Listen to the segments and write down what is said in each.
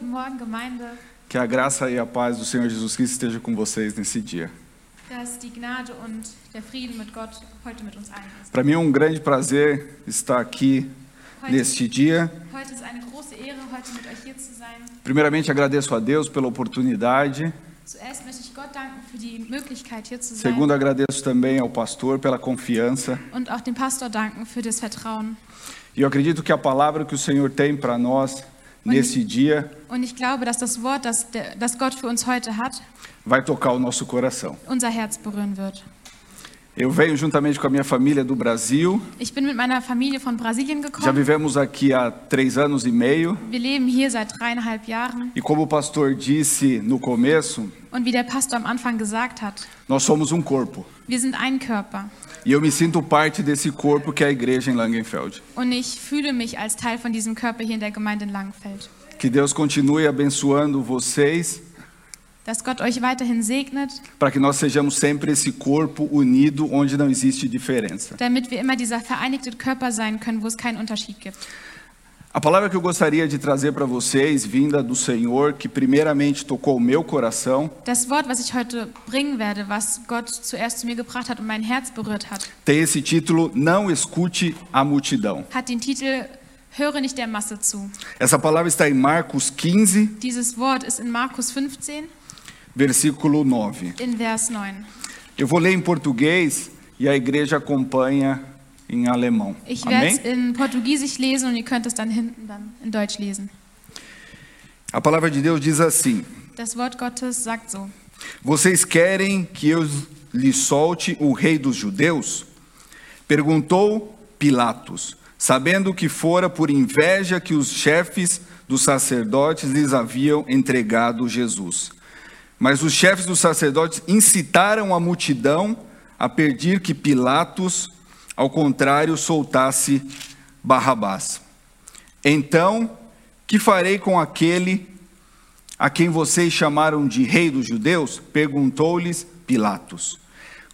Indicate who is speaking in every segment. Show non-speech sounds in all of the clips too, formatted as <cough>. Speaker 1: Morgen, Gemeinde.
Speaker 2: Que a graça e a paz do Senhor Jesus Cristo esteja com vocês nesse dia.
Speaker 1: Dass die Gnade und der Frieden mit Gott heute mit uns allen ist.
Speaker 2: Para mim é um grande prazer estar aqui neste dia.
Speaker 1: Heute ist eine große Ehre, heute mit euch hier zu sein.
Speaker 2: Primeiramente, agradeço a Deus pela oportunidade.
Speaker 1: Zuerst möchte ich Gott danken für die Möglichkeit, hier zu sein.
Speaker 2: Segundo, agradeço também ao pastor pela confiança.
Speaker 1: Und auch dem Pastor danken für das Vertrauen.
Speaker 2: E eu acredito que a palavra que o Senhor tem para nós nesse dia
Speaker 1: Und ich glaube, dass das Wort, das, der, das Gott für uns heute hat,
Speaker 2: vai tocar o nosso coração.
Speaker 1: unser Herz berühren wird.
Speaker 2: Eu venho juntamente com a minha família do Brasil.
Speaker 1: Ich bin mit meiner Familie von Brasilien
Speaker 2: Já
Speaker 1: gekommen.
Speaker 2: vivemos aqui há três anos e meio.
Speaker 1: Wir leben hier seit dreieinhalb Jahren.
Speaker 2: E como o pastor disse no começo,
Speaker 1: Und wie der Pastor am Anfang gesagt hat,
Speaker 2: nós somos um corpo.
Speaker 1: wir sind ein Körper.
Speaker 2: E eu me sinto parte desse corpo que é a igreja em Langenfeld.
Speaker 1: Und ich fühle mich als Teil von diesem Körper hier in der Gemeinde in Langenfeld.
Speaker 2: Que Deus continue abençoando vocês,
Speaker 1: Dass Gott euch weiterhin segnet,
Speaker 2: para que nós sejamos sempre esse corpo unido onde não existe diferença.
Speaker 1: damit wir immer dieser vereinigte Körper sein können, wo es keinen Unterschied gibt.
Speaker 2: A palavra que eu gostaria de trazer para vocês, vinda do Senhor, que primeiramente tocou o meu coração,
Speaker 1: Das Wort, was ich heute bringen werde, was Gott zuerst zu mir gebracht hat und mein Herz berührt hat,
Speaker 2: tem esse título: Não escute a multidão.
Speaker 1: hat den Titel Höre nicht der Masse zu.
Speaker 2: Essa palavra está em Marcos 15,
Speaker 1: Dieses Wort ist in Markus 15
Speaker 2: versículo 9.
Speaker 1: in Vers 9.
Speaker 2: Eu vou ler em português e a igreja acompanha em alemão.
Speaker 1: Ich werde es
Speaker 2: Amém?
Speaker 1: in Portugiesisch lesen und ihr könnt es dann hinten dann in Deutsch lesen.
Speaker 2: A palavra de Deus diz assim:
Speaker 1: Das Wort Gottes sagt so.
Speaker 2: Vocês querem que eu lhe solte o rei dos judeus? Perguntou Pilatos, sabendo que fora por inveja que os chefes dos sacerdotes lhes haviam entregado Jesus. Mas os chefes dos sacerdotes incitaram a multidão a pedir que Pilatos, ao contrário, soltasse Barrabás. Então, que farei com aquele a quem vocês chamaram de rei dos judeus? Perguntou-lhes Pilatos.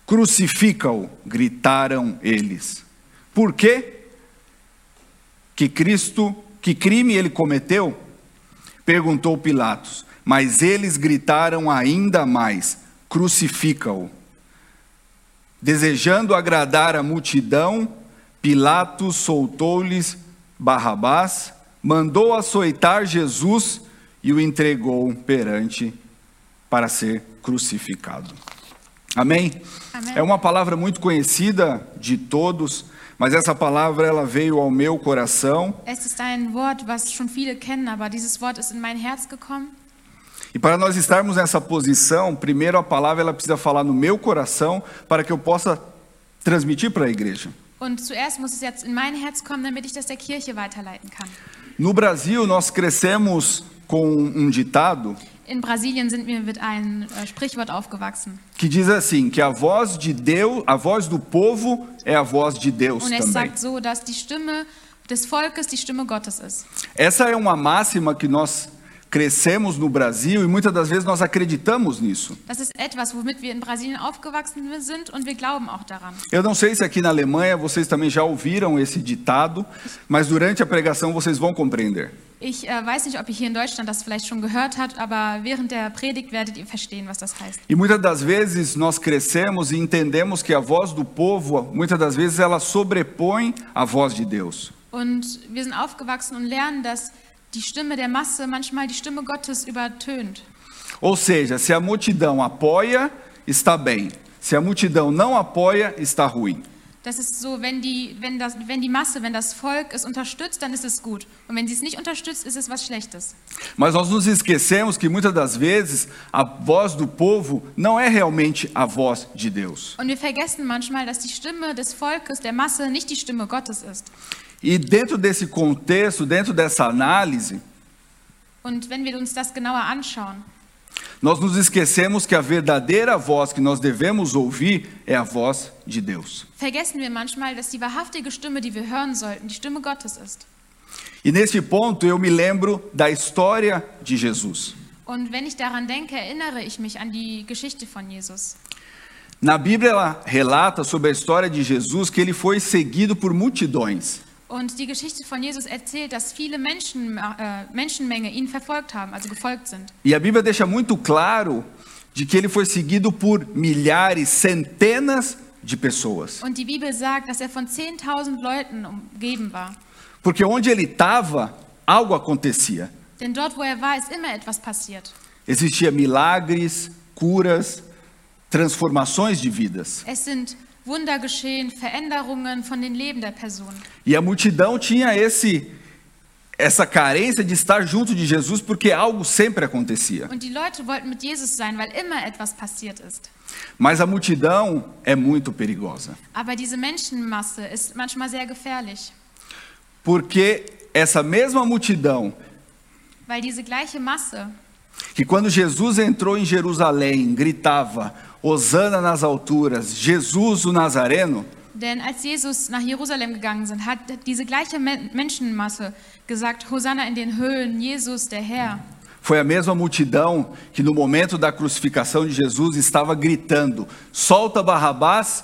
Speaker 2: Crucifica-o, gritaram eles. Por quê? Que Cristo, que crime ele cometeu? Perguntou Pilatos. Mas eles gritaram ainda mais: Crucifica-o. Desejando agradar a multidão, Pilatos soltou-lhes Barrabás, mandou açoitar Jesus e o entregou perante para ser crucificado. Amém?
Speaker 1: Amém.
Speaker 2: É uma palavra muito conhecida de todos, mas essa palavra ela veio ao meu coração
Speaker 1: Es ist ein Wort, was schon viele kennen, aber dieses Wort ist in mein Herz gekommen.
Speaker 2: E para nós estarmos nessa posição, primeiro a palavra ela precisa falar no meu coração para que eu possa transmitir para a igreja.
Speaker 1: Und zuerst muss es jetzt in mein Herz kommen, damit ich das der Kirche weiterleiten kann.
Speaker 2: No Brasil, nós crescemos com um ditado
Speaker 1: In Brasilien sind wir mit einem äh, Sprichwort aufgewachsen.
Speaker 2: que diz assim, que a voz de Deus, a voz do povo é a voz de Deus
Speaker 1: Und es
Speaker 2: também.
Speaker 1: sagt so, dass die Stimme des Volkes die Stimme Gottes ist.
Speaker 2: Essa é uma máxima que nós crescemos no Brasil e muitas das vezes nós acreditamos nisso.
Speaker 1: Das ist etwas, womit wir in Brasilien aufgewachsen sind und wir glauben auch daran.
Speaker 2: Eu não sei se aqui na Alemanha vocês também já ouviram esse ditado, mas durante a pregação vocês vão compreender.
Speaker 1: Ich äh, weiß nicht, ob ihr hier in Deutschland das vielleicht schon gehört habt, aber während der Predigt werdet ihr verstehen, was das heißt.
Speaker 2: E muitas das vezes nós crescemos e entendemos que a voz do povo, muitas das vezes, ela sobrepõe a voz de Deus.
Speaker 1: Und wir sind aufgewachsen und lernen, dass die Stimme der Masse manchmal die Stimme Gottes übertönt.
Speaker 2: Ou seja, se a multidão apoia, está bem. Se a multidão não apoia, está ruim.
Speaker 1: Das ist so, wenn die, wenn, das, wenn die Masse, wenn das Volk es unterstützt, dann ist es gut. Und wenn sie es nicht unterstützt, ist es was Schlechtes.
Speaker 2: Mas nós nos esquecemos que muitas das vezes a voz do povo não é realmente a voz de Deus.
Speaker 1: Und wir vergessen manchmal, dass die Stimme des Volkes, der Masse, nicht die Stimme Gottes ist.
Speaker 2: E dentro desse contexto, dentro dessa análise,
Speaker 1: Und wenn wir uns das genauer anschauen,
Speaker 2: nós nos esquecemos que a verdadeira voz que nós devemos ouvir é a voz de Deus.
Speaker 1: vergessen wir manchmal, dass die wahrhaftige Stimme, die wir hören sollten, die Stimme Gottes ist.
Speaker 2: E neste ponto eu me lembro da história de Jesus.
Speaker 1: Und wenn ich daran denke, erinnere ich mich an die Geschichte von Jesus.
Speaker 2: Na Bíblia ela relata sobre a história de Jesus que ele foi seguido por multidões.
Speaker 1: Und die Geschichte von Jesus erzählt, dass viele Menschen, äh, Menschenmenge ihn verfolgt haben, also gefolgt sind.
Speaker 2: E a Bíblia deixa muito claro de que ele foi seguido por milhares, centenas de pessoas.
Speaker 1: Und die Bibel sagt, dass er von 10.000 Leuten umgeben war.
Speaker 2: Porque onde ele estava, algo acontecia.
Speaker 1: Denn dort, wo er war, ist immer etwas passiert.
Speaker 2: Existia milagres, curas, transformações de vidas.
Speaker 1: Es sind Wunder geschehen, Veränderungen von den Leben der Personen.
Speaker 2: E a multidão tinha esse essa carência de estar junto de Jesus porque algo sempre acontecia.
Speaker 1: Und die Leute wollten mit Jesus sein, weil immer etwas passiert ist.
Speaker 2: Mas a multidão é muito perigosa,
Speaker 1: Aber diese Menschenmasse ist manchmal sehr gefährlich,
Speaker 2: porque essa mesma multidão
Speaker 1: weil diese gleiche Masse,
Speaker 2: que quando Jesus entrou em Jerusalém gritava Hosana nas alturas, Jesus o Nazareno,
Speaker 1: denn als Jesus nach Jerusalem gegangen sind, hat diese gleiche Men Menschenmasse gesagt, Hosanna in den Höhen, Jesus der Herr.
Speaker 2: foi a mesma multidão que no momento da crucificação de Jesus estava gritando: solta Barrabás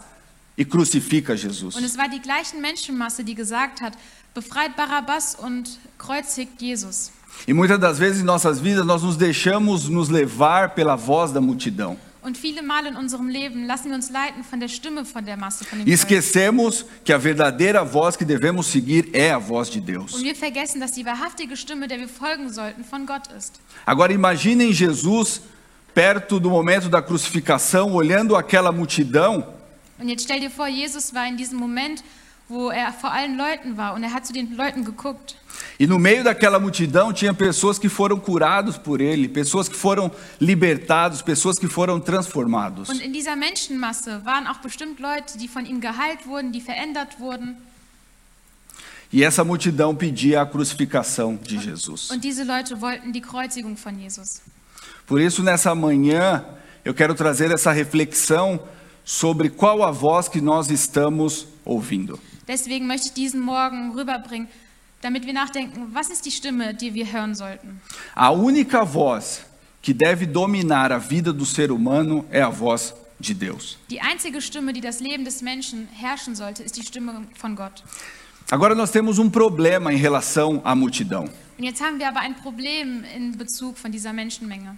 Speaker 2: e crucifica
Speaker 1: Und
Speaker 2: Jesus.
Speaker 1: es war die gleichen Menschenmasse, die gesagt hat, befreit Barabbas und kreuzigt Jesus.
Speaker 2: E muitas das vezes em nossas vidas nós nos deixamos nos levar pela voz da multidão
Speaker 1: Und viele Mal in unserem Leben lassen wir uns leiten von der Stimme von der Masse, von dem
Speaker 2: e
Speaker 1: Volk.
Speaker 2: esquecemos que a verdadeira voz que devemos seguir é a voz de
Speaker 1: Und
Speaker 2: Deus.
Speaker 1: wir vergessen, dass die wahrhaftige Stimme, der wir folgen sollten, von Gott ist.
Speaker 2: Agora imaginem Jesus perto do momento da crucificação, olhando aquela multidão
Speaker 1: Und jetzt stell dir vor, Jesus war in diesem Moment, wo er vor allen Leuten war und er hat zu den Leuten geguckt.
Speaker 2: E no meio daquela multidão tinha pessoas que foram curados por ele, pessoas que foram libertados, pessoas que foram transformados.
Speaker 1: Und in dieser Menschenmasse waren auch bestimmt Leute, die von ihm geheilt wurden, die verändert wurden.
Speaker 2: E essa multidão pedia a crucificação de Jesus.
Speaker 1: Und diese Leute wollten die Kreuzigung von Jesus.
Speaker 2: Por isso, nessa manhã, eu quero trazer essa reflexão sobre qual a voz que nós estamos ouvindo.
Speaker 1: Deswegen möchte ich diesen Morgen rüberbringen, damit wir nachdenken, was ist die Stimme, die wir hören sollten?
Speaker 2: A única voz que deve dominar a vida do ser humano é a voz de Deus.
Speaker 1: Die einzige Stimme, die das Leben des Menschen herrschen sollte, ist die Stimme von Gott.
Speaker 2: Agora, nós temos um problema em relação à multidão.
Speaker 1: Und jetzt haben wir aber ein Problem in Bezug von dieser Menschenmenge.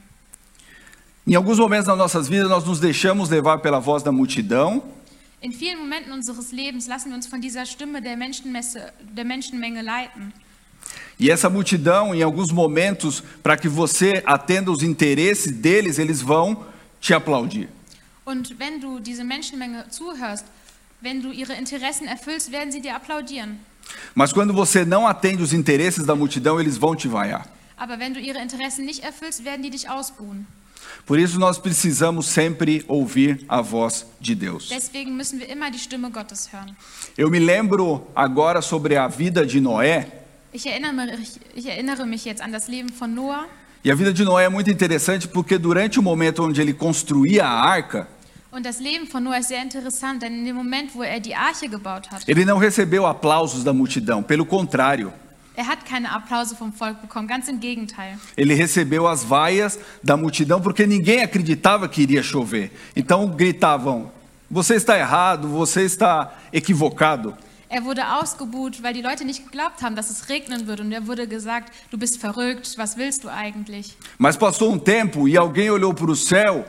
Speaker 2: Em alguns momentos das nossas vidas, nós nos deixamos levar pela voz da multidão
Speaker 1: In vielen Momenten unseres Lebens lassen wir uns von dieser Stimme der, Menschenmesse, der Menschenmenge leiten.
Speaker 2: E essa multidão, em alguns momentos, para que você atenda os interesses deles, eles vão te aplaudir.
Speaker 1: Und wenn du diese Menschenmenge zuhörst, wenn du ihre Interessen erfüllst, werden sie dir applaudieren.
Speaker 2: Mas quando você não atende os interesses da multidão, eles vão te vaiar.
Speaker 1: Aber wenn du ihre Interessen nicht erfüllst, werden die dich ausbuhen.
Speaker 2: Por isso nós precisamos sempre ouvir a voz de Deus.
Speaker 1: Deswegen müssen wir immer die Stimme Gottes hören.
Speaker 2: Eu me lembro agora sobre a vida de Noé,
Speaker 1: Ich erinnere mich, ich erinnere mich jetzt an das Leben von Noah.
Speaker 2: e a vida de Noé é muito interessante porque durante o momento onde ele construía a arca,
Speaker 1: Und das Leben von Noah ist sehr interessant, denn in dem Moment, wo er die Arche gebaut hat,
Speaker 2: ele não recebeu aplausos da multidão, pelo contrário,
Speaker 1: er hat keine Applause vom Volk bekommen, ganz im Gegenteil.
Speaker 2: Ele recebeu as vaias da multidão porque ninguém acreditava que iria chover. Então gritavam: Você está errado, você está equivocado.
Speaker 1: Er wurde ausgebuht, weil die Leute nicht geglaubt haben, dass es regnen würde. Und er wurde gesagt, du bist verrückt, was willst du eigentlich?
Speaker 2: Mas passou um tempo e alguém olhou para o céu: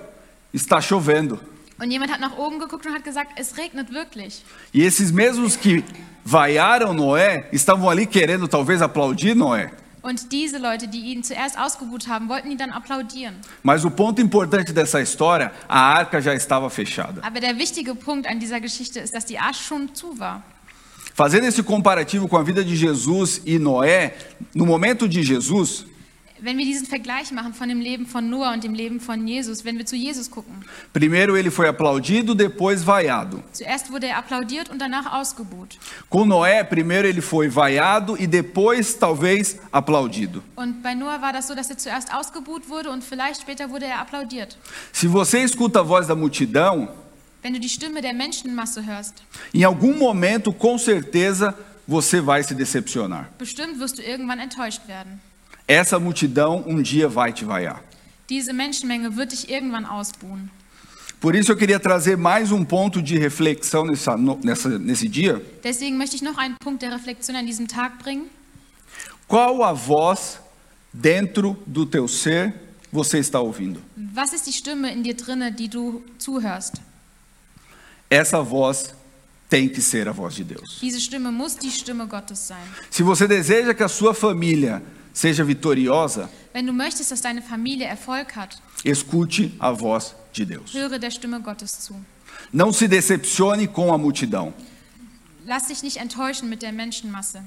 Speaker 2: Está chovendo.
Speaker 1: Und jemand hat nach oben geguckt und hat gesagt, es regnet wirklich.
Speaker 2: E esses mesmos que vaiaram Noé estavam ali querendo talvez aplaudir Noé.
Speaker 1: Und diese Leute, die ihn zuerst ausgebuht haben, wollten ihn dann applaudieren.
Speaker 2: Mas o ponto importante dessa história: a arca já estava fechada.
Speaker 1: Aber der wichtige Punkt an dieser Geschichte ist, dass die Arche schon zu war.
Speaker 2: Fazendo esse comparativo com a vida de Jesus e Noé, no momento de Jesus,
Speaker 1: Wenn wir diesen Vergleich machen von dem Leben von Noah und dem Leben von Jesus, wenn wir zu Jesus gucken,
Speaker 2: Primeiro ele foi aplaudido, depois vaiado.
Speaker 1: zuerst wurde er applaudiert und danach ausgebuht.
Speaker 2: Com Noé, primeiro ele foi vaiado e depois talvez aplaudido.
Speaker 1: Und bei Noah war das so, dass er zuerst ausgebuht wurde und vielleicht später wurde er applaudiert.
Speaker 2: Se você escuta a voz da multidão,
Speaker 1: Wenn du die Stimme der Menschenmasse hörst,
Speaker 2: em algum momento com certeza você vai se decepcionar.
Speaker 1: bestimmt wirst du irgendwann enttäuscht werden.
Speaker 2: Essa multidão um dia vai te vaiar.
Speaker 1: Diese Menschenmenge wird dich irgendwann ausbuhen.
Speaker 2: Por isso eu queria trazer mais um ponto de reflexão nessa, no- nessa, nesse dia.
Speaker 1: Deswegen möchte ich noch einen Punkt der Reflexion an diesem Tag bringen.
Speaker 2: Qual a voz dentro do teu ser você está ouvindo?
Speaker 1: Was ist die Stimme in dir drinne, die du zuhörst?
Speaker 2: Essa voz tem que ser a voz de Deus.
Speaker 1: Diese Stimme muss die Stimme Gottes sein.
Speaker 2: Se você deseja que a sua família seja vitoriosa,
Speaker 1: Wenn du möchtest, dass deine Familie Erfolg hat,
Speaker 2: escute a voz de Deus.
Speaker 1: höre der Stimme Gottes zu.
Speaker 2: Não se decepcione com a multidão.
Speaker 1: Lass dich nicht enttäuschen mit der Menschenmasse.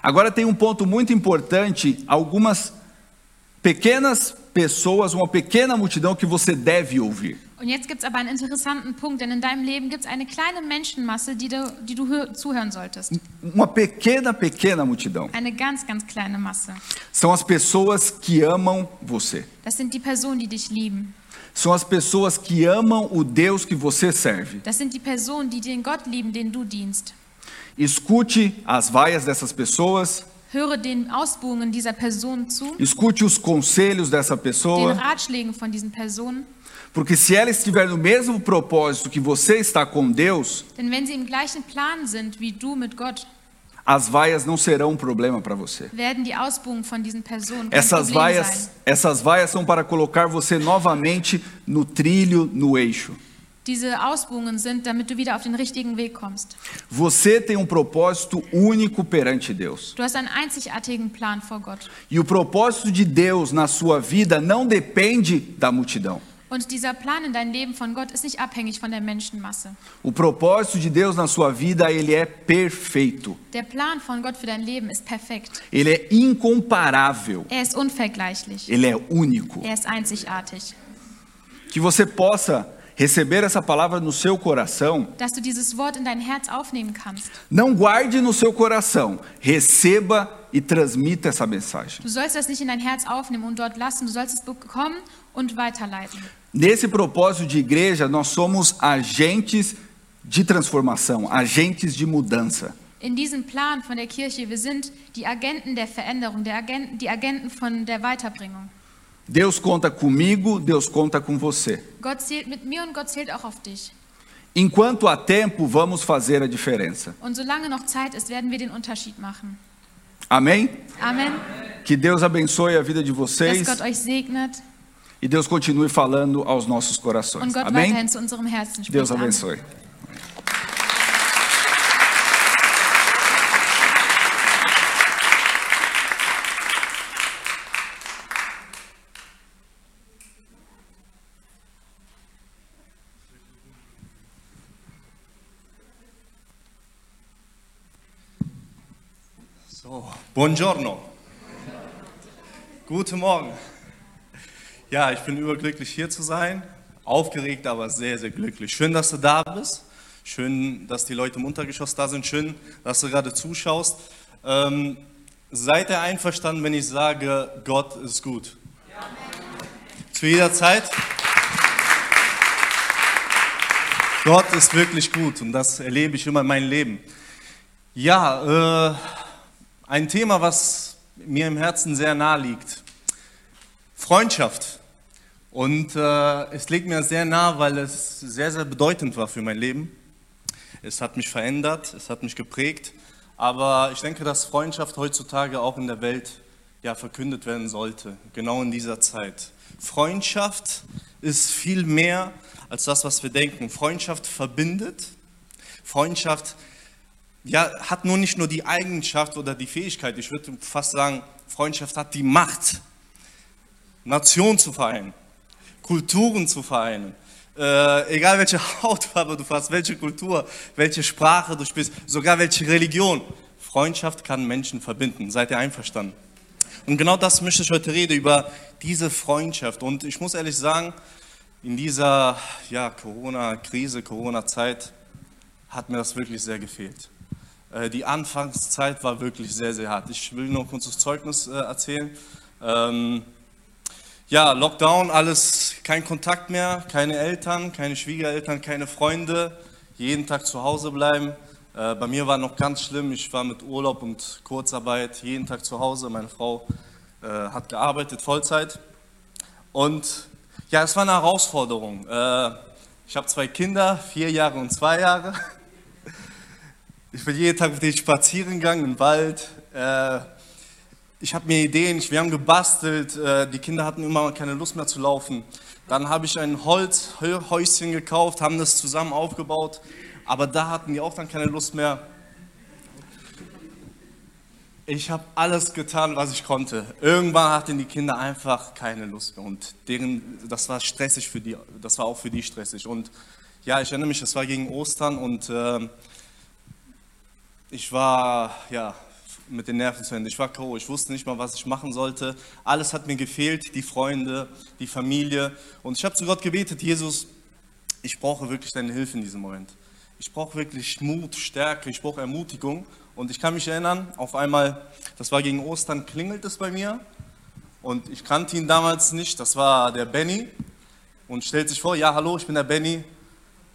Speaker 2: Agora tem um ponto muito importante, algumas pequenas pessoas, uma pequena multidão que você deve ouvir.
Speaker 1: Und jetzt gibt es aber einen interessanten Punkt, denn in deinem Leben gibt es eine kleine Menschenmasse, die du, die du hör, zuhören solltest.
Speaker 2: Uma pequena, pequena multidão.
Speaker 1: Eine ganz, ganz kleine Masse.
Speaker 2: São as pessoas que amam você.
Speaker 1: Das sind die Personen, die dich lieben.
Speaker 2: São as pessoas que amam o Deus que você serve.
Speaker 1: Das sind die Personen, die den Gott lieben, den du dienst.
Speaker 2: Escute as vaias dessas pessoas,
Speaker 1: Höre den Ausbuhungen dieser Personen zu,
Speaker 2: escute os conselhos dessa
Speaker 1: den
Speaker 2: pessoa,
Speaker 1: Ratschlägen von diesen Personen.
Speaker 2: porque se ela estiver no mesmo propósito que você está com Deus,
Speaker 1: Denn wenn sie im gleichen Plan sind wie du mit Gott,
Speaker 2: as vaias não serão um problema para você.
Speaker 1: werden die Ausbuhungen von diesen Personen kein
Speaker 2: Essas
Speaker 1: Problem
Speaker 2: vaias,
Speaker 1: sein.
Speaker 2: essas vaias são para colocar você novamente no trilho, no eixo.
Speaker 1: Diese Ausbuhungen sind, damit du wieder auf den richtigen Weg kommst.
Speaker 2: Você tem um propósito único perante Deus.
Speaker 1: Du hast einen einzigartigen Plan vor Gott.
Speaker 2: E o propósito de Deus na sua vida não depende da multidão.
Speaker 1: Und dieser Plan in deinem Leben von Gott ist nicht abhängig von der Menschenmasse.
Speaker 2: O propósito de Deus na sua vida, ele é perfeito.
Speaker 1: Der Plan von Gott für dein Leben ist perfekt.
Speaker 2: Ele é incomparável.
Speaker 1: Er ist unvergleichlich.
Speaker 2: Ele é único.
Speaker 1: Er ist einzigartig.
Speaker 2: Que você possa receber essa palavra no seu coração.
Speaker 1: Dass du dieses Wort in dein Herz aufnehmen kannst.
Speaker 2: Não guarde no seu coração. Receba e transmita essa mensagem.
Speaker 1: Du sollst das nicht in dein Herz aufnehmen und dort lassen. Du sollst es bekommen und weiterleiten.
Speaker 2: Nesse propósito de igreja, nós somos agentes de transformação, agentes de mudança.
Speaker 1: In diesem Plan von der Kirche, wir sind die Agenten der Veränderung, der Agenten, die Agenten von der Weiterbringung.
Speaker 2: Deus conta comigo, Deus conta com você.
Speaker 1: Gott zählt mit mir und Gott zählt auch auf dich.
Speaker 2: Enquanto há tempo, vamos fazer a diferença.
Speaker 1: Und solange noch Zeit ist, werden wir den Unterschied machen.
Speaker 2: Amém?
Speaker 1: Amen.
Speaker 2: Que Deus abençoe a vida de
Speaker 1: Dass
Speaker 2: vocês
Speaker 1: Gott euch segnet
Speaker 2: e Deus continue falando aos nossos
Speaker 1: und
Speaker 2: corações.
Speaker 1: Gott
Speaker 2: Amém?
Speaker 1: weiterhin zu unserem Herzen spricht.
Speaker 2: Deus
Speaker 1: Amen.
Speaker 2: abençoe.
Speaker 3: So, buongiorno. Guten Morgen. Ja, ich bin überglücklich hier zu sein. Aufgeregt, aber sehr, sehr glücklich. Schön, dass du da bist. Schön, dass die Leute im Untergeschoss da sind. Schön, dass du gerade zuschaust. Ähm, seid ihr einverstanden, wenn ich sage, Gott ist gut? Zu jeder Zeit. Gott ist wirklich gut und das erlebe ich immer in meinem Leben. Ja, äh, ein Thema, was mir im Herzen sehr nahe liegt. Freundschaft. Und äh, es liegt mir sehr nahe, weil es sehr, sehr bedeutend war für mein Leben. Es hat mich verändert, es hat mich geprägt. Aber ich denke, dass Freundschaft heutzutage auch in der Welt ja, verkündet werden sollte, genau in dieser Zeit. Freundschaft ist viel mehr als das, was wir denken. Freundschaft verbindet. Freundschaft ja, hat nur nicht nur die Eigenschaft oder die Fähigkeit, ich würde fast sagen, Freundschaft hat die Macht, Nationen zu vereinen, Kulturen zu vereinen. Äh, egal welche <laughs> Hautfarbe du hast, welche Kultur, welche Sprache du sprichst, sogar welche Religion. Freundschaft kann Menschen verbinden. Seid ihr einverstanden? Und genau das möchte ich heute reden, über diese Freundschaft. Und ich muss ehrlich sagen, in dieser ja, Corona-Krise, Corona-Zeit, hat mir das wirklich sehr gefehlt. Äh, Die Anfangszeit war wirklich sehr, sehr hart. Ich will nur kurz das Zeugnis äh, erzählen. Ähm, ja, Lockdown, alles, kein Kontakt mehr, keine Eltern, keine Schwiegereltern, keine Freunde, jeden Tag zu Hause bleiben. Äh, Bei mir war noch ganz schlimm, ich war mit Urlaub und Kurzarbeit jeden Tag zu Hause. Meine Frau äh, hat gearbeitet, Vollzeit. Und ja, es war eine Herausforderung. Äh, Ich habe zwei Kinder, vier Jahre und zwei Jahre. Ich bin jeden Tag mit denen spazieren gegangen im Wald. Äh, ich habe mir Ideen, ich, wir haben gebastelt. Äh, die Kinder hatten immer keine Lust mehr zu laufen. Dann habe ich ein Holzhäuschen gekauft, haben das zusammen aufgebaut. Aber da hatten die auch dann keine Lust mehr. Ich habe alles getan, was ich konnte. Irgendwann hatten die Kinder einfach keine Lust mehr und deren, das war stressig für die, das war auch für die stressig. Und ja, ich erinnere mich, das war gegen Ostern und äh, ich war ja mit den Nerven zu Ende. Ich war K.O. Ich wusste nicht mal, was ich machen sollte. Alles hat mir gefehlt, die Freunde, die Familie. Und ich habe zu Gott gebetet, Jesus, ich brauche wirklich deine Hilfe in diesem Moment. Ich brauche wirklich Mut, Stärke, ich brauche Ermutigung. Und ich kann mich erinnern, auf einmal, das war gegen Ostern, klingelt es bei mir. Und ich kannte ihn damals nicht, das war der Benny. Und stellt sich vor, ja, hallo, ich bin der Benny.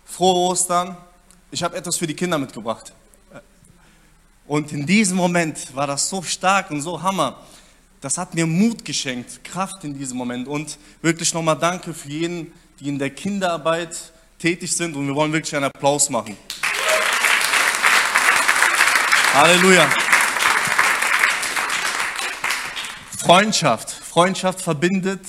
Speaker 3: Frohe Ostern. Ich habe etwas für die Kinder mitgebracht. Und in diesem Moment war das so stark und so Hammer. Das hat mir Mut geschenkt, Kraft in diesem Moment. Und wirklich nochmal danke für jeden, die in der Kinderarbeit tätig sind. Und wir wollen wirklich einen Applaus machen. Halleluja. Freundschaft. Freundschaft verbindet.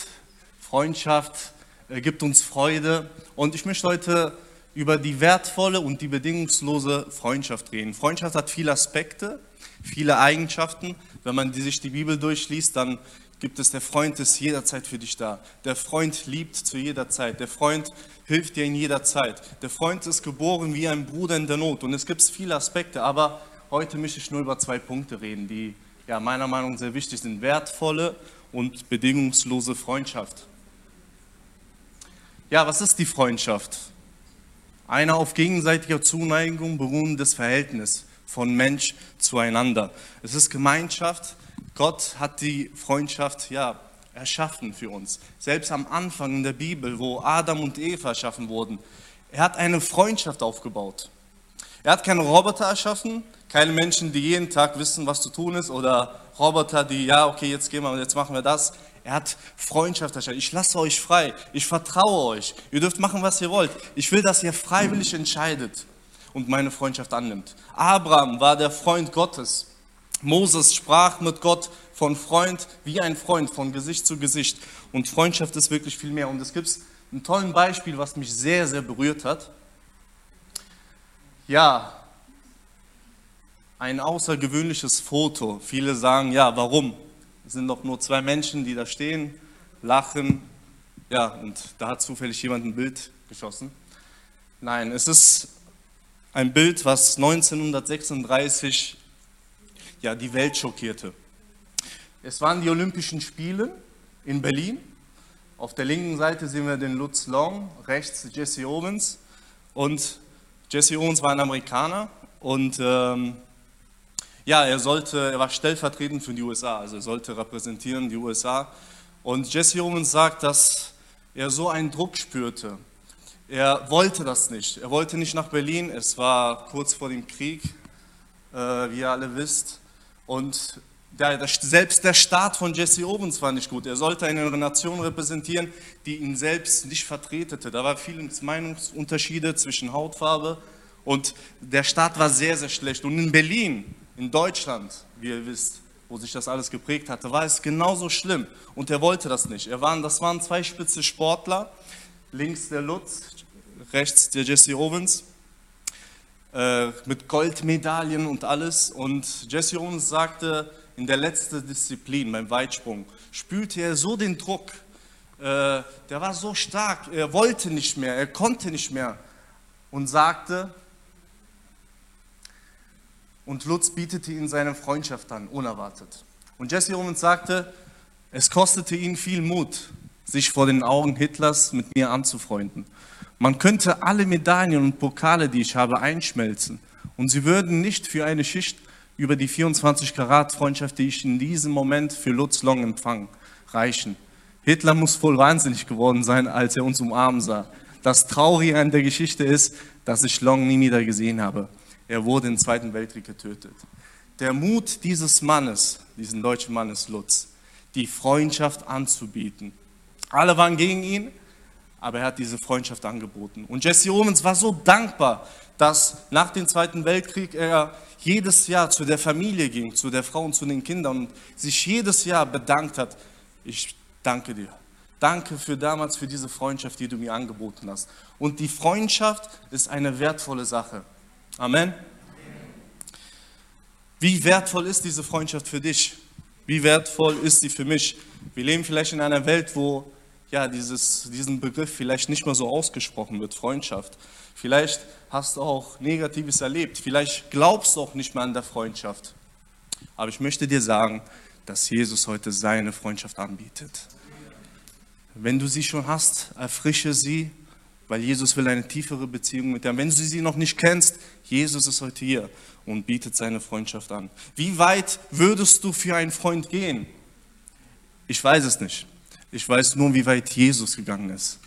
Speaker 3: Freundschaft äh, gibt uns Freude. Und ich möchte heute über die wertvolle und die bedingungslose Freundschaft reden. Freundschaft hat viele Aspekte, viele Eigenschaften. Wenn man die, sich die Bibel durchliest, dann gibt es, der Freund ist jederzeit für dich da. Der Freund liebt zu jeder Zeit. Der Freund hilft dir in jeder Zeit. Der Freund ist geboren wie ein Bruder in der Not. Und es gibt viele Aspekte, aber Heute möchte ich nur über zwei Punkte reden, die ja, meiner Meinung nach sehr wichtig sind. Wertvolle und bedingungslose Freundschaft. Ja, was ist die Freundschaft? Eine auf gegenseitiger Zuneigung beruhendes Verhältnis von Mensch zueinander. Es ist Gemeinschaft. Gott hat die Freundschaft ja, erschaffen für uns. Selbst am Anfang in der Bibel, wo Adam und Eva erschaffen wurden, er hat eine Freundschaft aufgebaut. Er hat keine Roboter erschaffen, keine Menschen, die jeden Tag wissen, was zu tun ist, oder Roboter, die, ja, okay, jetzt gehen wir, jetzt machen wir das. Er hat Freundschaft erschaffen. Ich lasse euch frei. Ich vertraue euch. Ihr dürft machen, was ihr wollt. Ich will, dass ihr freiwillig entscheidet und meine Freundschaft annimmt. Abraham war der Freund Gottes. Moses sprach mit Gott von Freund wie ein Freund, von Gesicht zu Gesicht. Und Freundschaft ist wirklich viel mehr. Und es gibt ein tolles Beispiel, was mich sehr, sehr berührt hat. Ja, ein außergewöhnliches Foto. Viele sagen, ja, warum? Es sind doch nur zwei Menschen, die da stehen, lachen. Ja, und da hat zufällig jemand ein Bild geschossen. Nein, es ist ein Bild, was 1936 ja, die Welt schockierte. Es waren die Olympischen Spiele in Berlin. Auf der linken Seite sehen wir den Lutz Long, rechts Jesse Owens und Jesse Owens war ein Amerikaner und ähm, ja, er sollte, er war stellvertretend für die USA, also er sollte repräsentieren die USA. Und Jesse Owens sagt, dass er so einen Druck spürte. Er wollte das nicht. Er wollte nicht nach Berlin. Es war kurz vor dem Krieg, äh, wie ihr alle wisst. Und der, der, selbst der Staat von Jesse Owens war nicht gut. Er sollte eine Nation repräsentieren, die ihn selbst nicht vertretete. Da war viel Meinungsunterschiede zwischen Hautfarbe und der Staat war sehr, sehr schlecht. Und in Berlin, in Deutschland, wie ihr wisst, wo sich das alles geprägt hatte, war es genauso schlimm. Und er wollte das nicht. Er waren, das waren zwei spitze Sportler, links der Lutz, rechts der Jesse Owens äh, mit Goldmedaillen und alles. Und Jesse Owens sagte, in der letzten Disziplin, beim Weitsprung, spürte er so den Druck. äh, der war so stark, er wollte nicht mehr, er konnte nicht mehr. Und sagte, und Lutz bietete ihm seine Freundschaft an, unerwartet. Und Jesse Owens sagte, es kostete ihn viel Mut, sich vor den Augen Hitlers mit mir anzufreunden. Man könnte alle Medaillen und Pokale, die ich habe, einschmelzen und sie würden nicht für eine Schicht über die 24 Karat Freundschaft, die ich in diesem Moment für Lutz Long empfang, reichen. Hitler muss wohl wahnsinnig geworden sein, als er uns umarmen sah. Das Traurige an der Geschichte ist, dass ich Long nie wieder gesehen habe. Er wurde im Zweiten Weltkrieg getötet. Der Mut dieses Mannes, diesen deutschen Mannes Lutz, die Freundschaft anzubieten. Alle waren gegen ihn, aber er hat diese Freundschaft angeboten. Und Jesse Owens war so dankbar, dass nach dem Zweiten Weltkrieg er jedes Jahr zu der Familie ging, zu der Frau und zu den Kindern und sich jedes Jahr bedankt hat. Ich danke dir. Danke für damals, für diese Freundschaft, die du mir angeboten hast. Und die Freundschaft ist eine wertvolle Sache. Amen. Wie wertvoll ist diese Freundschaft für dich? Wie wertvoll ist sie für mich? Wir leben vielleicht in einer Welt, wo ja, dieses, diesen Begriff vielleicht nicht mehr so ausgesprochen wird, Freundschaft. Vielleicht hast du auch Negatives erlebt, vielleicht glaubst du auch nicht mehr an der Freundschaft. Aber ich möchte dir sagen, dass Jesus heute seine Freundschaft anbietet. Wenn du sie schon hast, erfrische sie, weil Jesus will eine tiefere Beziehung mit dir. haben. Wenn du sie noch nicht kennst, Jesus ist heute hier und bietet seine Freundschaft an. Wie weit würdest du für einen Freund gehen? Ich weiß es nicht. Ich weiß nur, wie weit Jesus gegangen ist.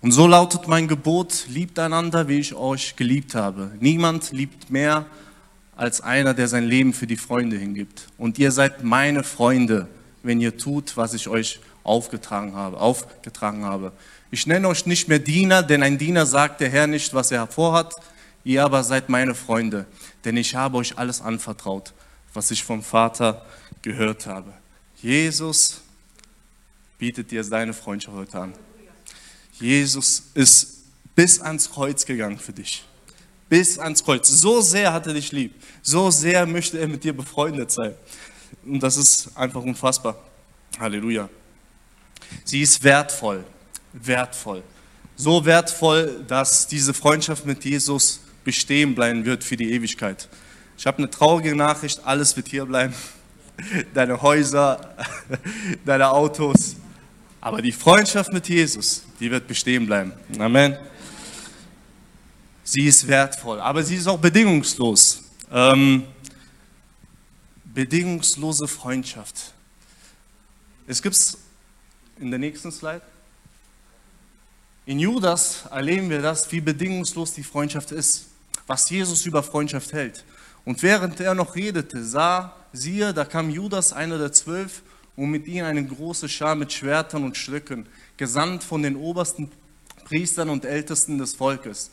Speaker 3: Und so lautet mein Gebot, liebt einander, wie ich euch geliebt habe. Niemand liebt mehr als einer, der sein Leben für die Freunde hingibt. Und ihr seid meine Freunde, wenn ihr tut, was ich euch aufgetragen habe. Aufgetragen habe. Ich nenne euch nicht mehr Diener, denn ein Diener sagt der Herr nicht, was er vorhat. Ihr aber seid meine Freunde, denn ich habe euch alles anvertraut, was ich vom Vater gehört habe. Jesus bietet dir seine Freundschaft heute an. Jesus ist bis ans Kreuz gegangen für dich. Bis ans Kreuz. So sehr hat er dich lieb. So sehr möchte er mit dir befreundet sein. Und das ist einfach unfassbar. Halleluja. Sie ist wertvoll. Wertvoll. So wertvoll, dass diese Freundschaft mit Jesus bestehen bleiben wird für die Ewigkeit. Ich habe eine traurige Nachricht. Alles wird hier bleiben <laughs> deine Häuser, <laughs> deine Autos. Aber die Freundschaft mit Jesus, die wird bestehen bleiben. Amen. Sie ist wertvoll, aber sie ist auch bedingungslos. Ähm, bedingungslose Freundschaft. Es gibt in der nächsten Slide. In Judas erleben wir das, wie bedingungslos die Freundschaft ist, was Jesus über Freundschaft hält. Und während er noch redete, sah, siehe, da kam Judas, einer der zwölf, und mit ihm eine große Schar mit Schwertern und Stöcken, gesandt von den obersten Priestern und Ältesten des Volkes.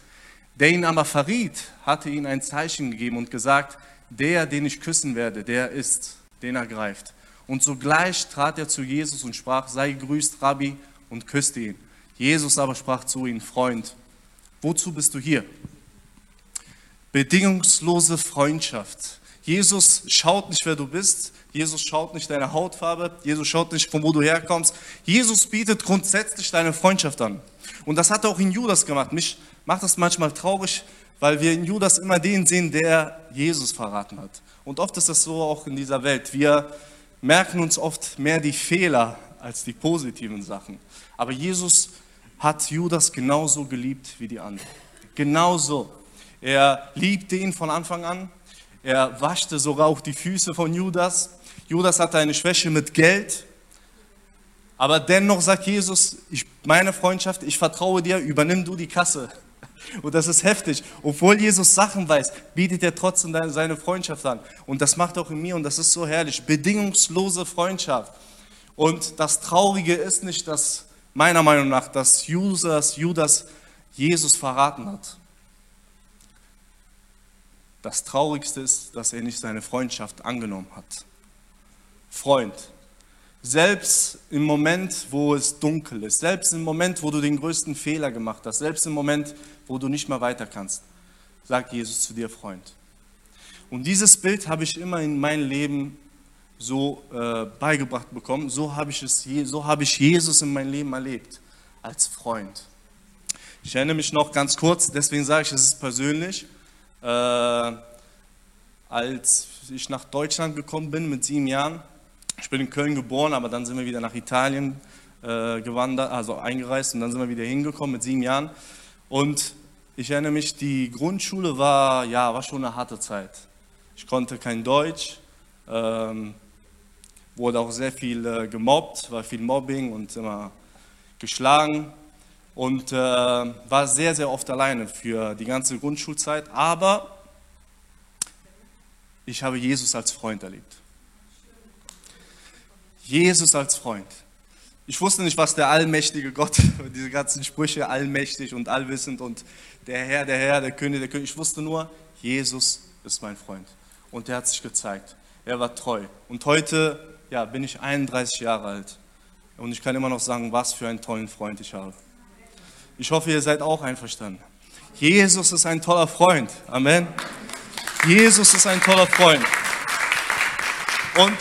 Speaker 3: Der ihn aber verriet, hatte ihm ein Zeichen gegeben und gesagt, der, den ich küssen werde, der ist, den er greift. Und sogleich trat er zu Jesus und sprach, sei grüßt, Rabbi, und küsste ihn. Jesus aber sprach zu ihm, Freund, wozu bist du hier? Bedingungslose Freundschaft. Jesus schaut nicht, wer du bist. Jesus schaut nicht deine Hautfarbe. Jesus schaut nicht, von wo du herkommst. Jesus bietet grundsätzlich deine Freundschaft an. Und das hat er auch in Judas gemacht. Mich macht das manchmal traurig, weil wir in Judas immer den sehen, der Jesus verraten hat. Und oft ist das so auch in dieser Welt. Wir merken uns oft mehr die Fehler als die positiven Sachen. Aber Jesus hat Judas genauso geliebt wie die anderen. Genauso. Er liebte ihn von Anfang an. Er waschte sogar auch die Füße von Judas. Judas hatte eine Schwäche mit Geld. Aber dennoch sagt Jesus, ich, meine Freundschaft, ich vertraue dir, übernimm du die Kasse. <laughs> Und das ist heftig. Obwohl Jesus Sachen weiß, bietet er trotzdem deine- seine Freundschaft an. Und das macht auch in mir und das ist so herrlich. Bedingungslose Freundschaft. Und das Traurige ist nicht, dass meiner Meinung nach, dass Judas, Judas Jesus verraten hat. Das Traurigste ist, dass er nicht seine Freundschaft angenommen hat. Freund, selbst im Moment, wo es dunkel ist, selbst im Moment, wo du den größten Fehler gemacht hast, selbst im Moment, wo du nicht mehr weiter kannst, sagt Jesus zu dir, Freund. Und dieses Bild habe ich immer in meinem Leben so äh, beigebracht bekommen. So habe ich es, je- so habe ich Jesus in meinem Leben erlebt als Freund. Ich erinnere mich noch ganz kurz, deswegen sage ich, es ist persönlich. Äh, als ich nach Deutschland gekommen bin mit sieben Jahren, ich bin in Köln geboren, aber dann sind wir wieder nach Italien äh, gewandert, also eingereist und dann sind wir wieder hingekommen mit sieben Jahren. Und ich erinnere mich, die Grundschule war, ja, war schon eine harte Zeit. Ich konnte kein Deutsch, ähm, wurde auch sehr viel äh, gemobbt, war viel Mobbing und immer geschlagen und äh, war sehr, sehr oft alleine für die ganze Grundschulzeit. Aber ich habe Jesus als Freund erlebt. Jesus als Freund. Ich wusste nicht, was der allmächtige Gott, <laughs> diese ganzen Sprüche, allmächtig und allwissend und der Herr, der Herr, der König, der König. Ich wusste nur, Jesus ist mein Freund. Und er hat sich gezeigt. Er war treu. Und heute, ja, bin ich 31 Jahre alt. Und ich kann immer noch sagen, was für einen tollen Freund ich habe. Ich hoffe, ihr seid auch einverstanden. Jesus ist ein toller Freund. Amen. Jesus ist ein toller Freund. Und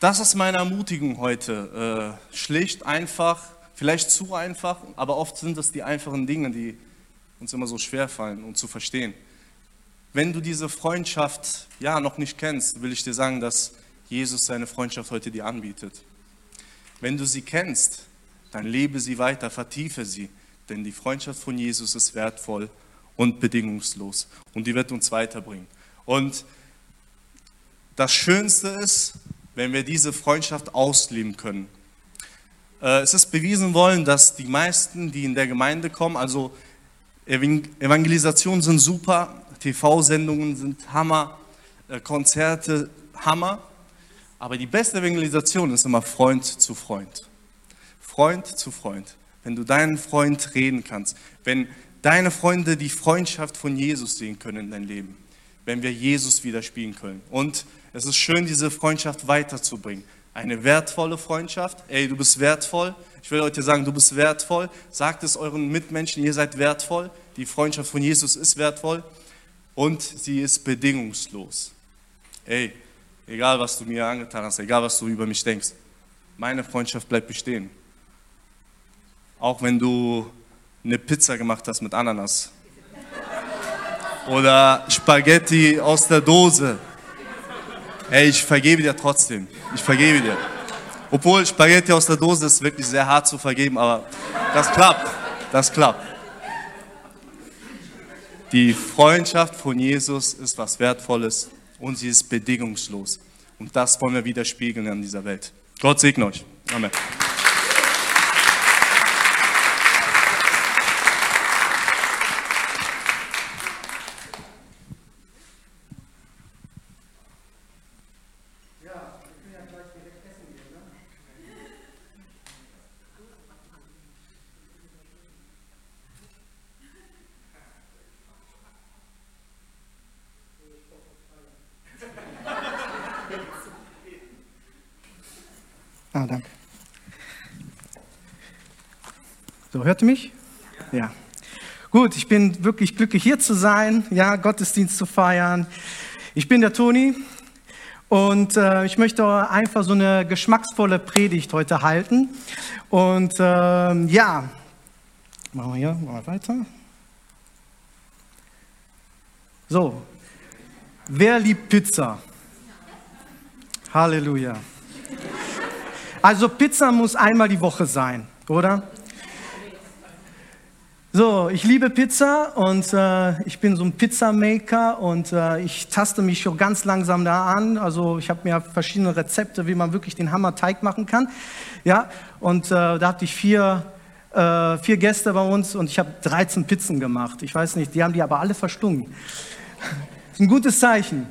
Speaker 3: das ist meine Ermutigung heute. Äh, schlicht, einfach, vielleicht zu einfach, aber oft sind es die einfachen Dinge, die uns immer so schwer fallen und um zu verstehen. Wenn du diese Freundschaft ja noch nicht kennst, will ich dir sagen, dass Jesus seine Freundschaft heute dir anbietet. Wenn du sie kennst, dann lebe sie weiter, vertiefe sie, denn die Freundschaft von Jesus ist wertvoll und bedingungslos und die wird uns weiterbringen. Und das Schönste ist, wenn wir diese Freundschaft ausleben können. Äh, Es ist bewiesen worden, dass die meisten, die in der Gemeinde kommen, also Evangelisationen sind super, TV-Sendungen sind Hammer, äh, Konzerte Hammer, aber die beste Evangelisation ist immer Freund zu Freund. Freund zu Freund. Wenn du deinen Freund reden kannst, wenn deine Freunde die Freundschaft von Jesus sehen können in dein Leben, wenn wir Jesus widerspiegeln können. Und es ist schön, diese Freundschaft weiterzubringen. Eine wertvolle Freundschaft. Ey, du bist wertvoll. Ich will heute sagen, du bist wertvoll. Sagt es euren Mitmenschen, ihr seid wertvoll. Die Freundschaft von Jesus ist wertvoll und sie ist bedingungslos. Ey, egal was du mir angetan hast, egal was du über mich denkst, meine Freundschaft bleibt bestehen. Auch wenn du eine Pizza gemacht hast mit Ananas oder Spaghetti aus der Dose. Ey, ich vergebe dir trotzdem. Ich vergebe dir. Obwohl Spaghetti aus der Dose ist wirklich sehr hart zu vergeben, aber das klappt. Das klappt. Die Freundschaft von Jesus ist was Wertvolles und sie ist bedingungslos. Und das wollen wir widerspiegeln an dieser Welt. Gott segne euch. Amen.
Speaker 4: Ah, danke. So, hört ihr mich? Ja. ja. Gut, ich bin wirklich glücklich, hier zu sein, ja, Gottesdienst zu feiern. Ich bin der Toni und äh, ich möchte einfach so eine geschmacksvolle Predigt heute halten. Und ähm, ja, machen wir hier mal weiter. So, wer liebt Pizza? Halleluja. Also Pizza muss einmal die Woche sein, oder? So, ich liebe Pizza und äh, ich bin so ein Pizzamaker und äh, ich taste mich schon ganz langsam da an. Also ich habe mir verschiedene Rezepte, wie man wirklich den Hammerteig machen kann. Ja, und äh, da hatte ich vier, äh, vier Gäste bei uns und ich habe 13 Pizzen gemacht. Ich weiß nicht, die haben die aber alle verschlungen. ein gutes Zeichen.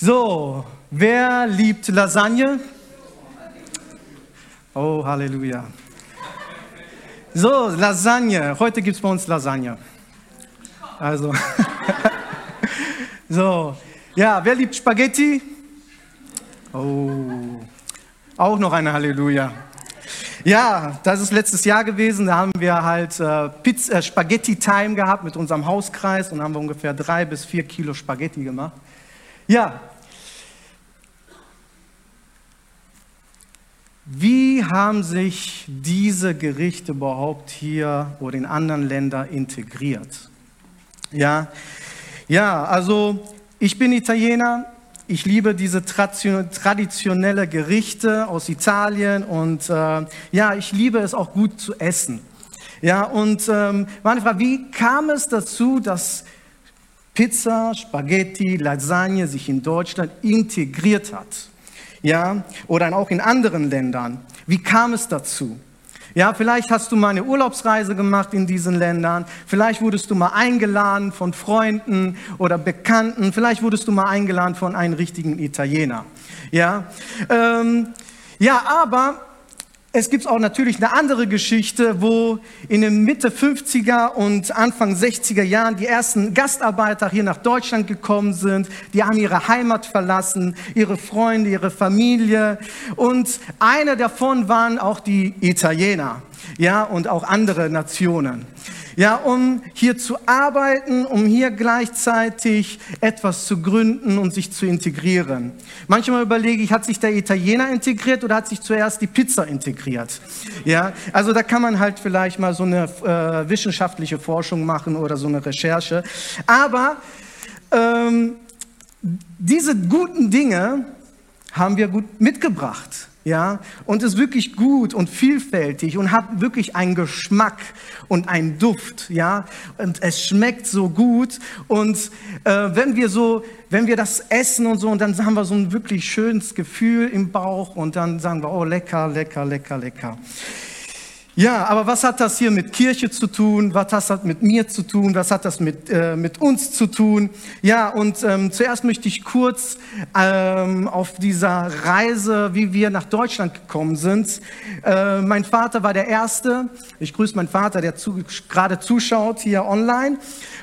Speaker 4: So, wer liebt Lasagne? Oh, Halleluja. So, Lasagne. Heute gibt es bei uns Lasagne. Also. <laughs> so. Ja, wer liebt Spaghetti? Oh. Auch noch eine Halleluja. Ja, das ist letztes Jahr gewesen. Da haben wir halt äh, Pizza, äh, Spaghetti Time gehabt mit unserem Hauskreis und haben wir ungefähr drei bis vier Kilo Spaghetti gemacht. Ja, Wie haben sich diese Gerichte überhaupt hier oder in anderen Ländern integriert? Ja, ja also ich bin Italiener. Ich liebe diese traditionelle Gerichte aus Italien und äh, ja, ich liebe es auch gut zu essen. Ja, und ähm, meine Frage, wie kam es dazu, dass Pizza, Spaghetti, Lasagne sich in Deutschland integriert hat? ja, oder auch in anderen Ländern. Wie kam es dazu? Ja, vielleicht hast du mal eine Urlaubsreise gemacht in diesen Ländern. Vielleicht wurdest du mal eingeladen von Freunden oder Bekannten. Vielleicht wurdest du mal eingeladen von einem richtigen Italiener. Ja, ähm, ja, aber Es gibt auch natürlich eine andere Geschichte, wo in den Mitte 50er und Anfang 60er Jahren die ersten Gastarbeiter hier nach Deutschland gekommen sind. Die haben ihre Heimat verlassen, ihre Freunde, ihre Familie. Und einer davon waren auch die Italiener, ja, und auch andere Nationen. Ja, um hier zu arbeiten, um hier gleichzeitig etwas zu gründen und sich zu integrieren. Manchmal überlege ich, hat sich der Italiener integriert oder hat sich zuerst die Pizza integriert? Ja, also da kann man halt vielleicht mal so eine äh, wissenschaftliche Forschung machen oder so eine Recherche. Aber ähm, diese guten Dinge haben wir gut mitgebracht. Ja, und ist wirklich gut und vielfältig und hat wirklich einen Geschmack und einen Duft, ja, und es schmeckt so gut und äh, wenn wir so, wenn wir das essen und so und dann haben wir so ein wirklich schönes Gefühl im Bauch und dann sagen wir, oh lecker, lecker, lecker, lecker. Ja, aber was hat das hier mit Kirche zu tun? Was hat das mit mir zu tun? Was hat das mit, äh, mit uns zu tun? Ja, und ähm, zuerst möchte ich kurz ähm, auf dieser Reise, wie wir nach Deutschland gekommen sind. Äh, mein Vater war der Erste. Ich grüße meinen Vater, der zu, gerade zuschaut hier online.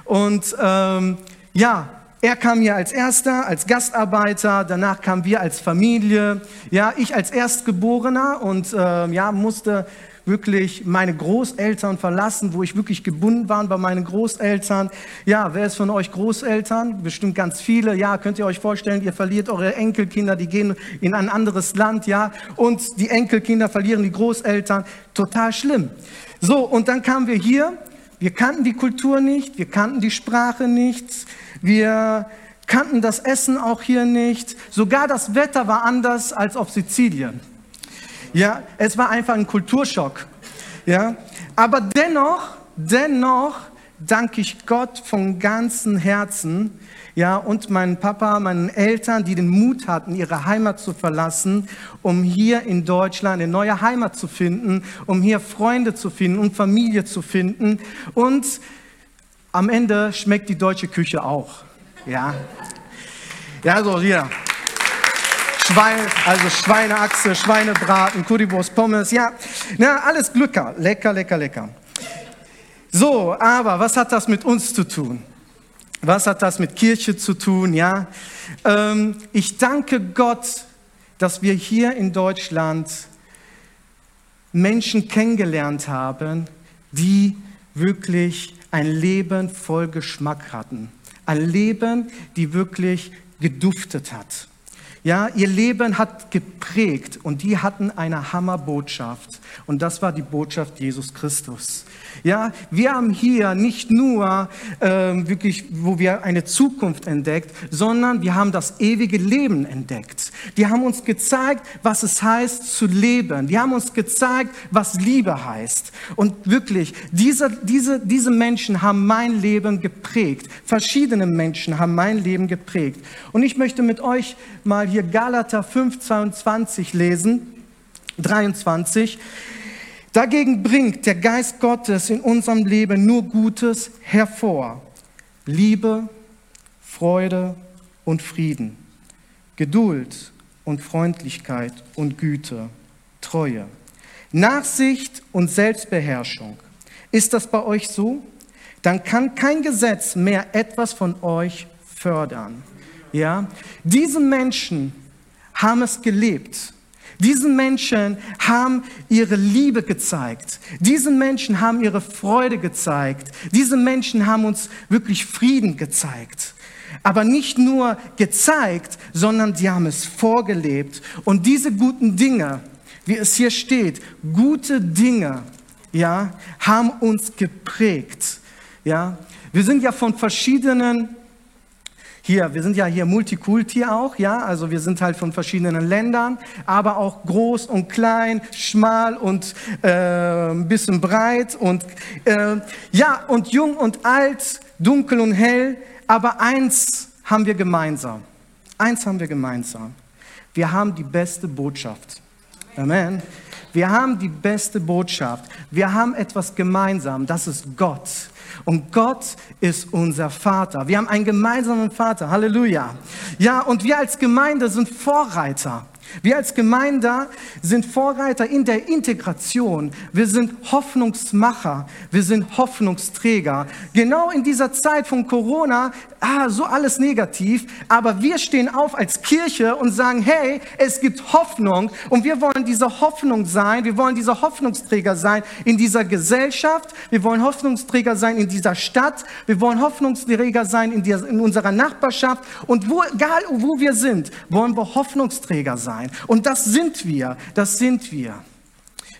Speaker 4: Und ähm, ja, er kam hier als Erster, als Gastarbeiter, danach kamen wir als Familie. Ja, ich als Erstgeborener und äh, ja, musste wirklich meine Großeltern verlassen, wo ich wirklich gebunden war bei meinen Großeltern. Ja, wer ist von euch Großeltern? Bestimmt ganz viele. Ja, könnt ihr euch vorstellen, ihr verliert eure Enkelkinder, die gehen in ein anderes Land, ja, und die Enkelkinder verlieren die Großeltern. Total schlimm. So, und dann kamen wir hier. Wir kannten die Kultur nicht, wir kannten die Sprache nicht, wir kannten das Essen auch hier nicht. Sogar das Wetter war anders als auf Sizilien. Ja, es war einfach ein Kulturschock. Ja, aber dennoch, dennoch danke ich Gott von ganzem Herzen. Ja, und meinen Papa, meinen Eltern, die den Mut hatten, ihre Heimat zu verlassen, um hier in Deutschland eine neue Heimat zu finden, um hier Freunde zu finden und Familie zu finden. Und am Ende schmeckt die deutsche Küche auch. Ja, ja, so hier. Schwein, also Schweineachse, Schweinebraten, Currywurst, Pommes, ja, na, alles Glücker, lecker, lecker, lecker. So, aber was hat das mit uns zu tun? Was hat das mit Kirche zu tun? Ja, ähm, ich danke Gott, dass wir hier in Deutschland Menschen kennengelernt haben, die wirklich ein Leben voll Geschmack hatten, ein Leben, die wirklich geduftet hat. Ja, ihr Leben hat geprägt und die hatten eine Hammerbotschaft und das war die Botschaft Jesus Christus. Ja, wir haben hier nicht nur ähm, wirklich, wo wir eine Zukunft entdeckt, sondern wir haben das ewige Leben entdeckt. Die haben uns gezeigt, was es heißt zu leben. Die haben uns gezeigt, was Liebe heißt. Und wirklich, diese, diese, diese Menschen haben mein Leben geprägt. Verschiedene Menschen haben mein Leben geprägt. Und ich möchte mit euch mal hier Galater 5, 22 lesen, 23. Dagegen bringt der Geist Gottes in unserem Leben nur Gutes hervor. Liebe, Freude und Frieden, Geduld und Freundlichkeit und Güte, Treue, Nachsicht und Selbstbeherrschung. Ist das bei euch so? Dann kann kein Gesetz mehr etwas von euch fördern. Ja, diese Menschen haben es gelebt. Diesen Menschen haben ihre Liebe gezeigt. Diesen Menschen haben ihre Freude gezeigt. Diese Menschen haben uns wirklich Frieden gezeigt. Aber nicht nur gezeigt, sondern sie haben es vorgelebt. Und diese guten Dinge, wie es hier steht, gute Dinge, ja, haben uns geprägt. Ja, wir sind ja von verschiedenen hier, wir sind ja hier Multikulti auch, ja, also wir sind halt von verschiedenen Ländern, aber auch groß und klein, schmal und äh, ein bisschen breit und äh, ja, und jung und alt, dunkel und hell, aber eins haben wir gemeinsam. Eins haben wir gemeinsam. Wir haben die beste Botschaft. Amen. Wir haben die beste Botschaft. Wir haben etwas gemeinsam. Das ist Gott. Und Gott ist unser Vater. Wir haben einen gemeinsamen Vater. Halleluja. Ja, und wir als Gemeinde sind Vorreiter. Wir als Gemeinde sind Vorreiter in der Integration. Wir sind Hoffnungsmacher. Wir sind Hoffnungsträger. Genau in dieser Zeit von Corona, ah, so alles negativ, aber wir stehen auf als Kirche und sagen, hey, es gibt Hoffnung und wir wollen diese Hoffnung sein. Wir wollen diese Hoffnungsträger sein in dieser Gesellschaft. Wir wollen Hoffnungsträger sein in dieser Stadt. Wir wollen Hoffnungsträger sein in, dieser, in unserer Nachbarschaft. Und wo, egal wo wir sind, wollen wir Hoffnungsträger sein. Und das sind wir. Das sind wir.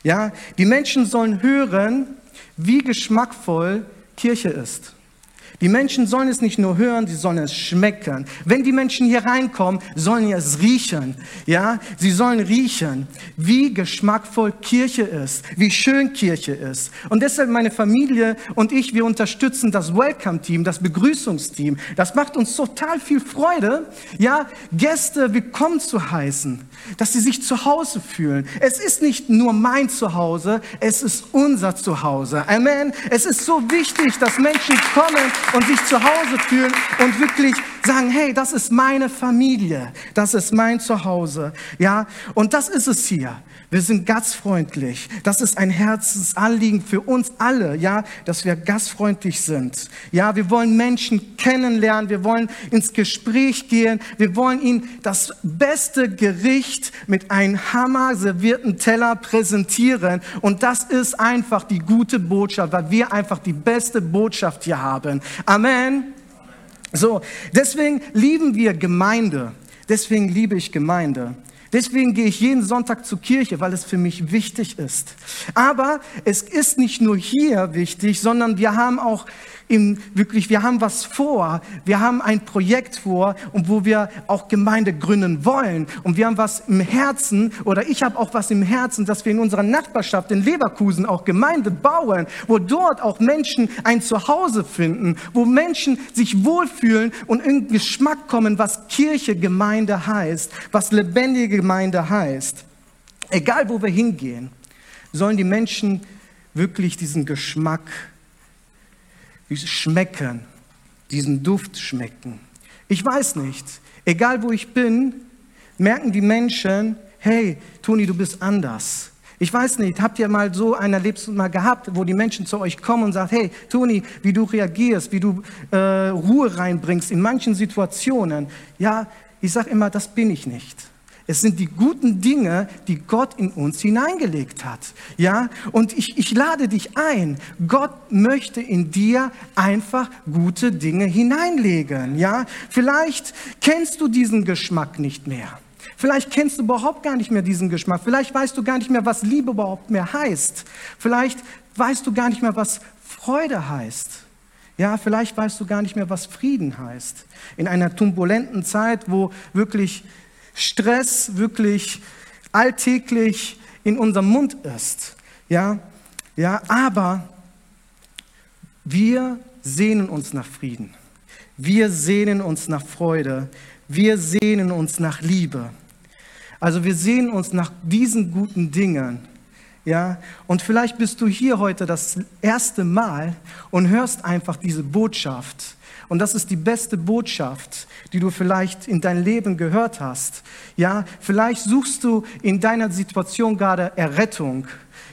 Speaker 4: Ja, die Menschen sollen hören, wie geschmackvoll Kirche ist. Die Menschen sollen es nicht nur hören, sie sollen es schmecken. Wenn die Menschen hier reinkommen, sollen sie es riechen. Ja, sie sollen riechen, wie geschmackvoll Kirche ist, wie schön Kirche ist. Und deshalb meine Familie und ich, wir unterstützen das Welcome-Team, das Begrüßungsteam. Das macht uns total viel Freude, ja, Gäste willkommen zu heißen, dass sie sich zu Hause fühlen. Es ist nicht nur mein Zuhause, es ist unser Zuhause. Amen. Es ist so wichtig, dass Menschen kommen und sich zu Hause fühlen und wirklich sagen, hey, das ist meine Familie, das ist mein Zuhause. Ja, und das ist es hier. Wir sind gastfreundlich. Das ist ein Herzensanliegen für uns alle, ja, dass wir gastfreundlich sind. Ja, wir wollen Menschen kennenlernen, wir wollen ins Gespräch gehen, wir wollen ihnen das beste Gericht mit einem Hammer servierten Teller präsentieren und das ist einfach die gute Botschaft, weil wir einfach die beste Botschaft hier haben. Amen. So, deswegen lieben wir Gemeinde. Deswegen liebe ich Gemeinde. Deswegen gehe ich jeden Sonntag zur Kirche, weil es für mich wichtig ist. Aber es ist nicht nur hier wichtig, sondern wir haben auch im, wirklich, wir haben was vor. Wir haben ein Projekt vor und wo wir auch Gemeinde gründen wollen. Und wir haben was im Herzen oder ich habe auch was im Herzen, dass wir in unserer Nachbarschaft in Leverkusen auch Gemeinde bauen, wo dort auch Menschen ein Zuhause finden, wo Menschen sich wohlfühlen und in Geschmack kommen, was Kirche, Gemeinde heißt, was lebendige Gemeinde heißt. Egal, wo wir hingehen, sollen die Menschen wirklich diesen Geschmack schmecken, diesen Duft schmecken. Ich weiß nicht, egal wo ich bin, merken die Menschen, hey, Toni, du bist anders. Ich weiß nicht, habt ihr mal so ein Erlebnis mal gehabt, wo die Menschen zu euch kommen und sagen, hey, Toni, wie du reagierst, wie du äh, Ruhe reinbringst in manchen Situationen. Ja, ich sage immer, das bin ich nicht. Es sind die guten Dinge, die Gott in uns hineingelegt hat. Ja? Und ich, ich lade dich ein. Gott möchte in dir einfach gute Dinge hineinlegen. Ja? Vielleicht kennst du diesen Geschmack nicht mehr. Vielleicht kennst du überhaupt gar nicht mehr diesen Geschmack. Vielleicht weißt du gar nicht mehr, was Liebe überhaupt mehr heißt. Vielleicht weißt du gar nicht mehr, was Freude heißt. Ja, vielleicht weißt du gar nicht mehr, was Frieden heißt. In einer turbulenten Zeit, wo wirklich Stress wirklich alltäglich in unserem Mund ist. Ja, ja, aber wir sehnen uns nach Frieden. Wir sehnen uns nach Freude. Wir sehnen uns nach Liebe. Also wir sehnen uns nach diesen guten Dingen. Ja, und vielleicht bist du hier heute das erste Mal und hörst einfach diese Botschaft. Und das ist die beste Botschaft, die du vielleicht in dein Leben gehört hast. Ja, vielleicht suchst du in deiner Situation gerade Errettung.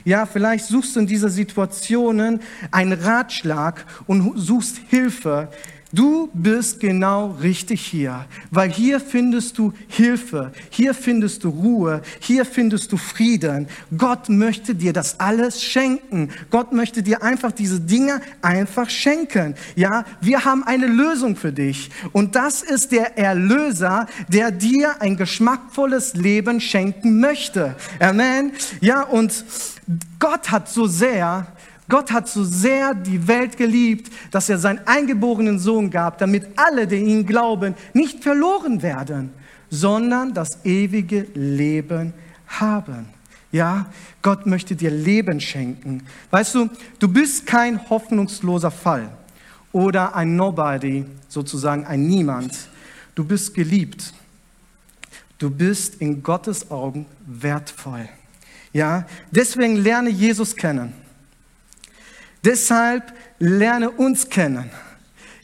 Speaker 4: Ja, vielleicht suchst du in dieser Situationen einen Ratschlag und suchst Hilfe. Du bist genau richtig hier, weil hier findest du Hilfe, hier findest du Ruhe, hier findest du Frieden. Gott möchte dir das alles schenken. Gott möchte dir einfach diese Dinge einfach schenken. Ja, wir haben eine Lösung für dich und das ist der Erlöser, der dir ein geschmackvolles Leben schenken möchte. Amen. Ja, und Gott hat so sehr Gott hat so sehr die Welt geliebt, dass er seinen eingeborenen Sohn gab, damit alle, die ihn glauben, nicht verloren werden, sondern das ewige Leben haben. Ja, Gott möchte dir Leben schenken. Weißt du, du bist kein hoffnungsloser Fall oder ein Nobody, sozusagen ein Niemand. Du bist geliebt. Du bist in Gottes Augen wertvoll. Ja, deswegen lerne Jesus kennen. Deshalb lerne uns kennen.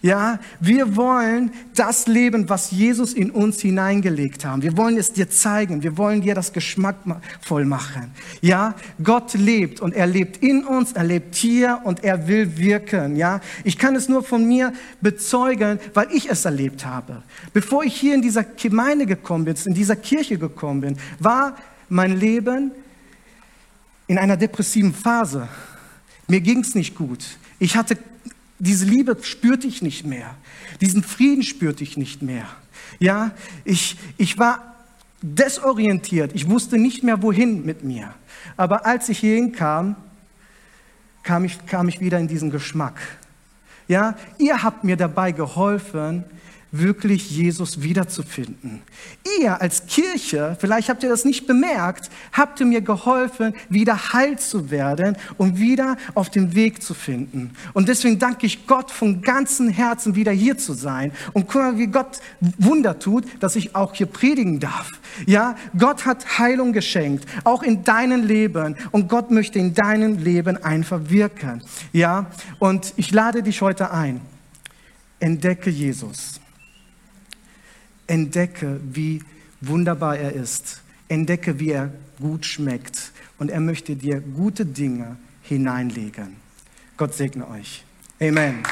Speaker 4: Ja, wir wollen das Leben, was Jesus in uns hineingelegt haben. Wir wollen es dir zeigen. Wir wollen dir das geschmackvoll machen. Ja, Gott lebt und er lebt in uns, er lebt hier und er will wirken. Ja, ich kann es nur von mir bezeugen, weil ich es erlebt habe. Bevor ich hier in dieser Gemeinde gekommen bin, in dieser Kirche gekommen bin, war mein Leben in einer depressiven Phase. Mir ging's nicht gut. Ich hatte diese Liebe spürte ich nicht mehr. Diesen Frieden spürte ich nicht mehr. Ja, ich, ich war desorientiert. Ich wusste nicht mehr, wohin mit mir. Aber als ich hierhin kam, kam ich, kam ich wieder in diesen Geschmack. Ja, ihr habt mir dabei geholfen, wirklich Jesus wiederzufinden. Ihr als Kirche, vielleicht habt ihr das nicht bemerkt, habt ihr mir geholfen, wieder heil zu werden und wieder auf den Weg zu finden. Und deswegen danke ich Gott von ganzem Herzen, wieder hier zu sein. Und guck mal, wie Gott Wunder tut, dass ich auch hier predigen darf. Ja, Gott hat Heilung geschenkt, auch in deinem Leben. Und Gott möchte in deinem Leben einfach wirken. Ja, und ich lade dich heute ein. Entdecke Jesus entdecke, wie wunderbar er ist. Entdecke, wie er gut schmeckt. Und er möchte dir gute Dinge hineinlegen. Gott segne euch. Amen.